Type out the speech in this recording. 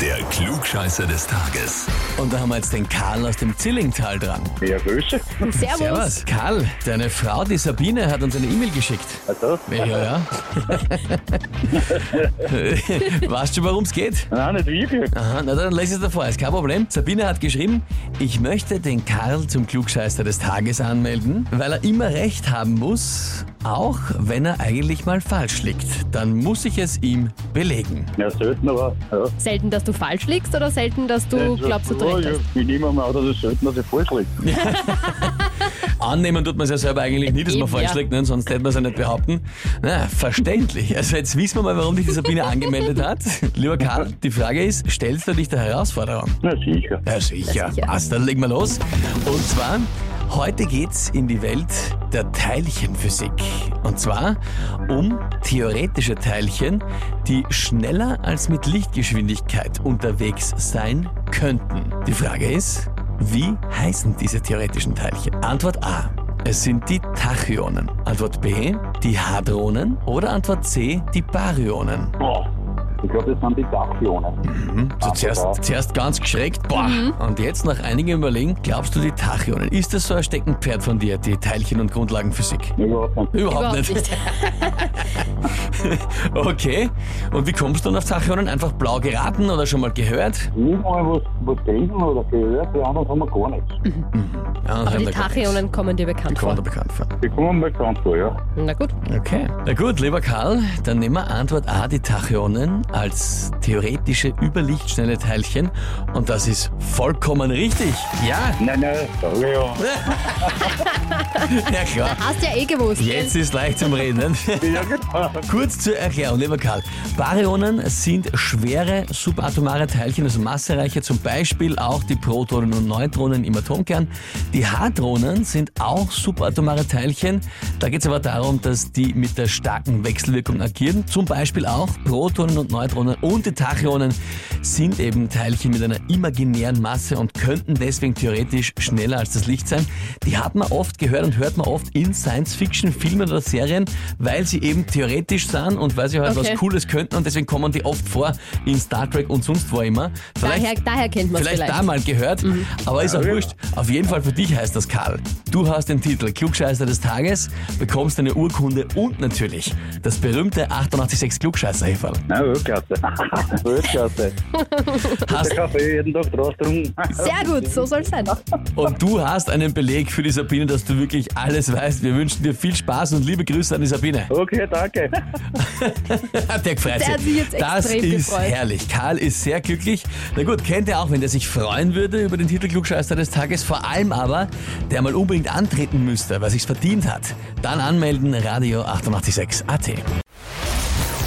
Der Klugscheißer des Tages. Und da haben wir jetzt den Karl aus dem Zillingtal dran. Ja, Grüße. Servus. Karl, deine Frau, die Sabine, hat uns eine E-Mail geschickt. Also, Ja, ja. weißt du, worum es geht? nein, nicht wirklich. Aha, na dann lese es davor, ist kein Problem. Sabine hat geschrieben, ich möchte den Karl zum Klugscheißer des Tages anmelden, weil er immer recht haben muss, auch wenn er eigentlich mal falsch liegt. Dann muss ich es ihm belegen. Ja, selten, aber. Ja. Selten, dass du falsch liegst oder selten, dass du glaubst, du ja, recht ja, hast? Ich bin immer mal, dass es selten, dass ich falsch liege. Annehmen tut man es ja selber eigentlich nie, dass man Eben, falsch ja. liegt, ne? sonst hätte man es ja nicht behaupten. Na, verständlich. Also jetzt wissen wir mal, warum dich die Sabine angemeldet hat. Lieber Karl, die Frage ist, stellst du dich der Herausforderung? Na, sicher. Na sicher. sicher. Passt, dann legen wir los. Und zwar, heute geht's in die Welt der Teilchenphysik. Und zwar um theoretische Teilchen, die schneller als mit Lichtgeschwindigkeit unterwegs sein könnten. Die Frage ist, wie heißen diese theoretischen Teilchen? Antwort A. Es sind die Tachyonen. Antwort B. Die Hadronen. Oder Antwort C. Die Baryonen. Boah. Ich glaube, das sind die Dachionen. So zuerst, wow. zuerst ganz geschreckt, boah. Mhm. Und jetzt nach einigem Überlegen, glaubst du die Tachyonen? Ist das so ein Steckenpferd von dir, die Teilchen- und Grundlagenphysik? Überhaupt nicht. Überhaupt, Überhaupt nicht. Okay. Und wie kommst du dann auf Tachyonen? Einfach blau geraten oder schon mal gehört? Irgendwann was, was gelesen oder gehört, die anderen haben wir gar nichts. Ja, Aber die da kommt nichts. Tachyonen kommen dir Kommt bekannt vor. da bekannt vor. Die kommen mal ganz vor, ja. Na gut. Okay. Na gut, lieber Karl, dann nehmen wir Antwort A, die Tachyonen, als theoretische überlichtschnelle Teilchen. Und das ist vollkommen richtig. Ja. Nein, nein, sag ich ja. Ja klar. Hast ja eh gewusst. Jetzt ist leicht zum Reden. Ja, genau. Kurz zur Erklärung, lieber Karl. Baryonen sind schwere subatomare Teilchen, also massereiche, zum Beispiel auch die Protonen und Neutronen im Atomkern. Die Hadronen sind auch subatomare Teilchen. Da geht es aber darum, dass die mit der starken Wechselwirkung agieren. Zum Beispiel auch Protonen und Neutronen und die Tachyonen sind eben Teilchen mit einer imaginären Masse und könnten deswegen theoretisch schneller als das Licht sein. Die hat man oft gehört und hört man oft in Science-Fiction-Filmen oder Serien, weil sie eben theoretisch sind und weil sie halt Okay. was Cooles könnten und deswegen kommen die oft vor in Star Trek und sonst wo immer. Vielleicht, daher, daher kennt man es vielleicht, vielleicht. Mhm. da mal gehört, aber ist auch Ja. wurscht. Auf jeden Fall für dich heißt das Karl. Du hast den Titel Klugscheißer des Tages, bekommst eine Urkunde und natürlich das berühmte 886 klugscheißer -Häferl. Nein, Ölklasse. Ölklasse. Hast, Der Kaffee jeden Tag drauf drum. Sehr gut, so soll es sein. Und du hast einen Beleg für die Sabine, dass du wirklich alles weißt. Wir wünschen dir viel Spaß und liebe Grüße an die Sabine. Okay, danke. Hat der gefreut. Der hat sich jetzt das extrem ist gefreut. herrlich. Karl ist sehr glücklich. Na gut, kennt er auch, wenn der sich freuen würde über den Titel Klugscheißer des Tages. Vor allem aber, der mal unbedingt antreten müsste, weil sich's verdient hat. Dann anmelden, Radio 886 AT.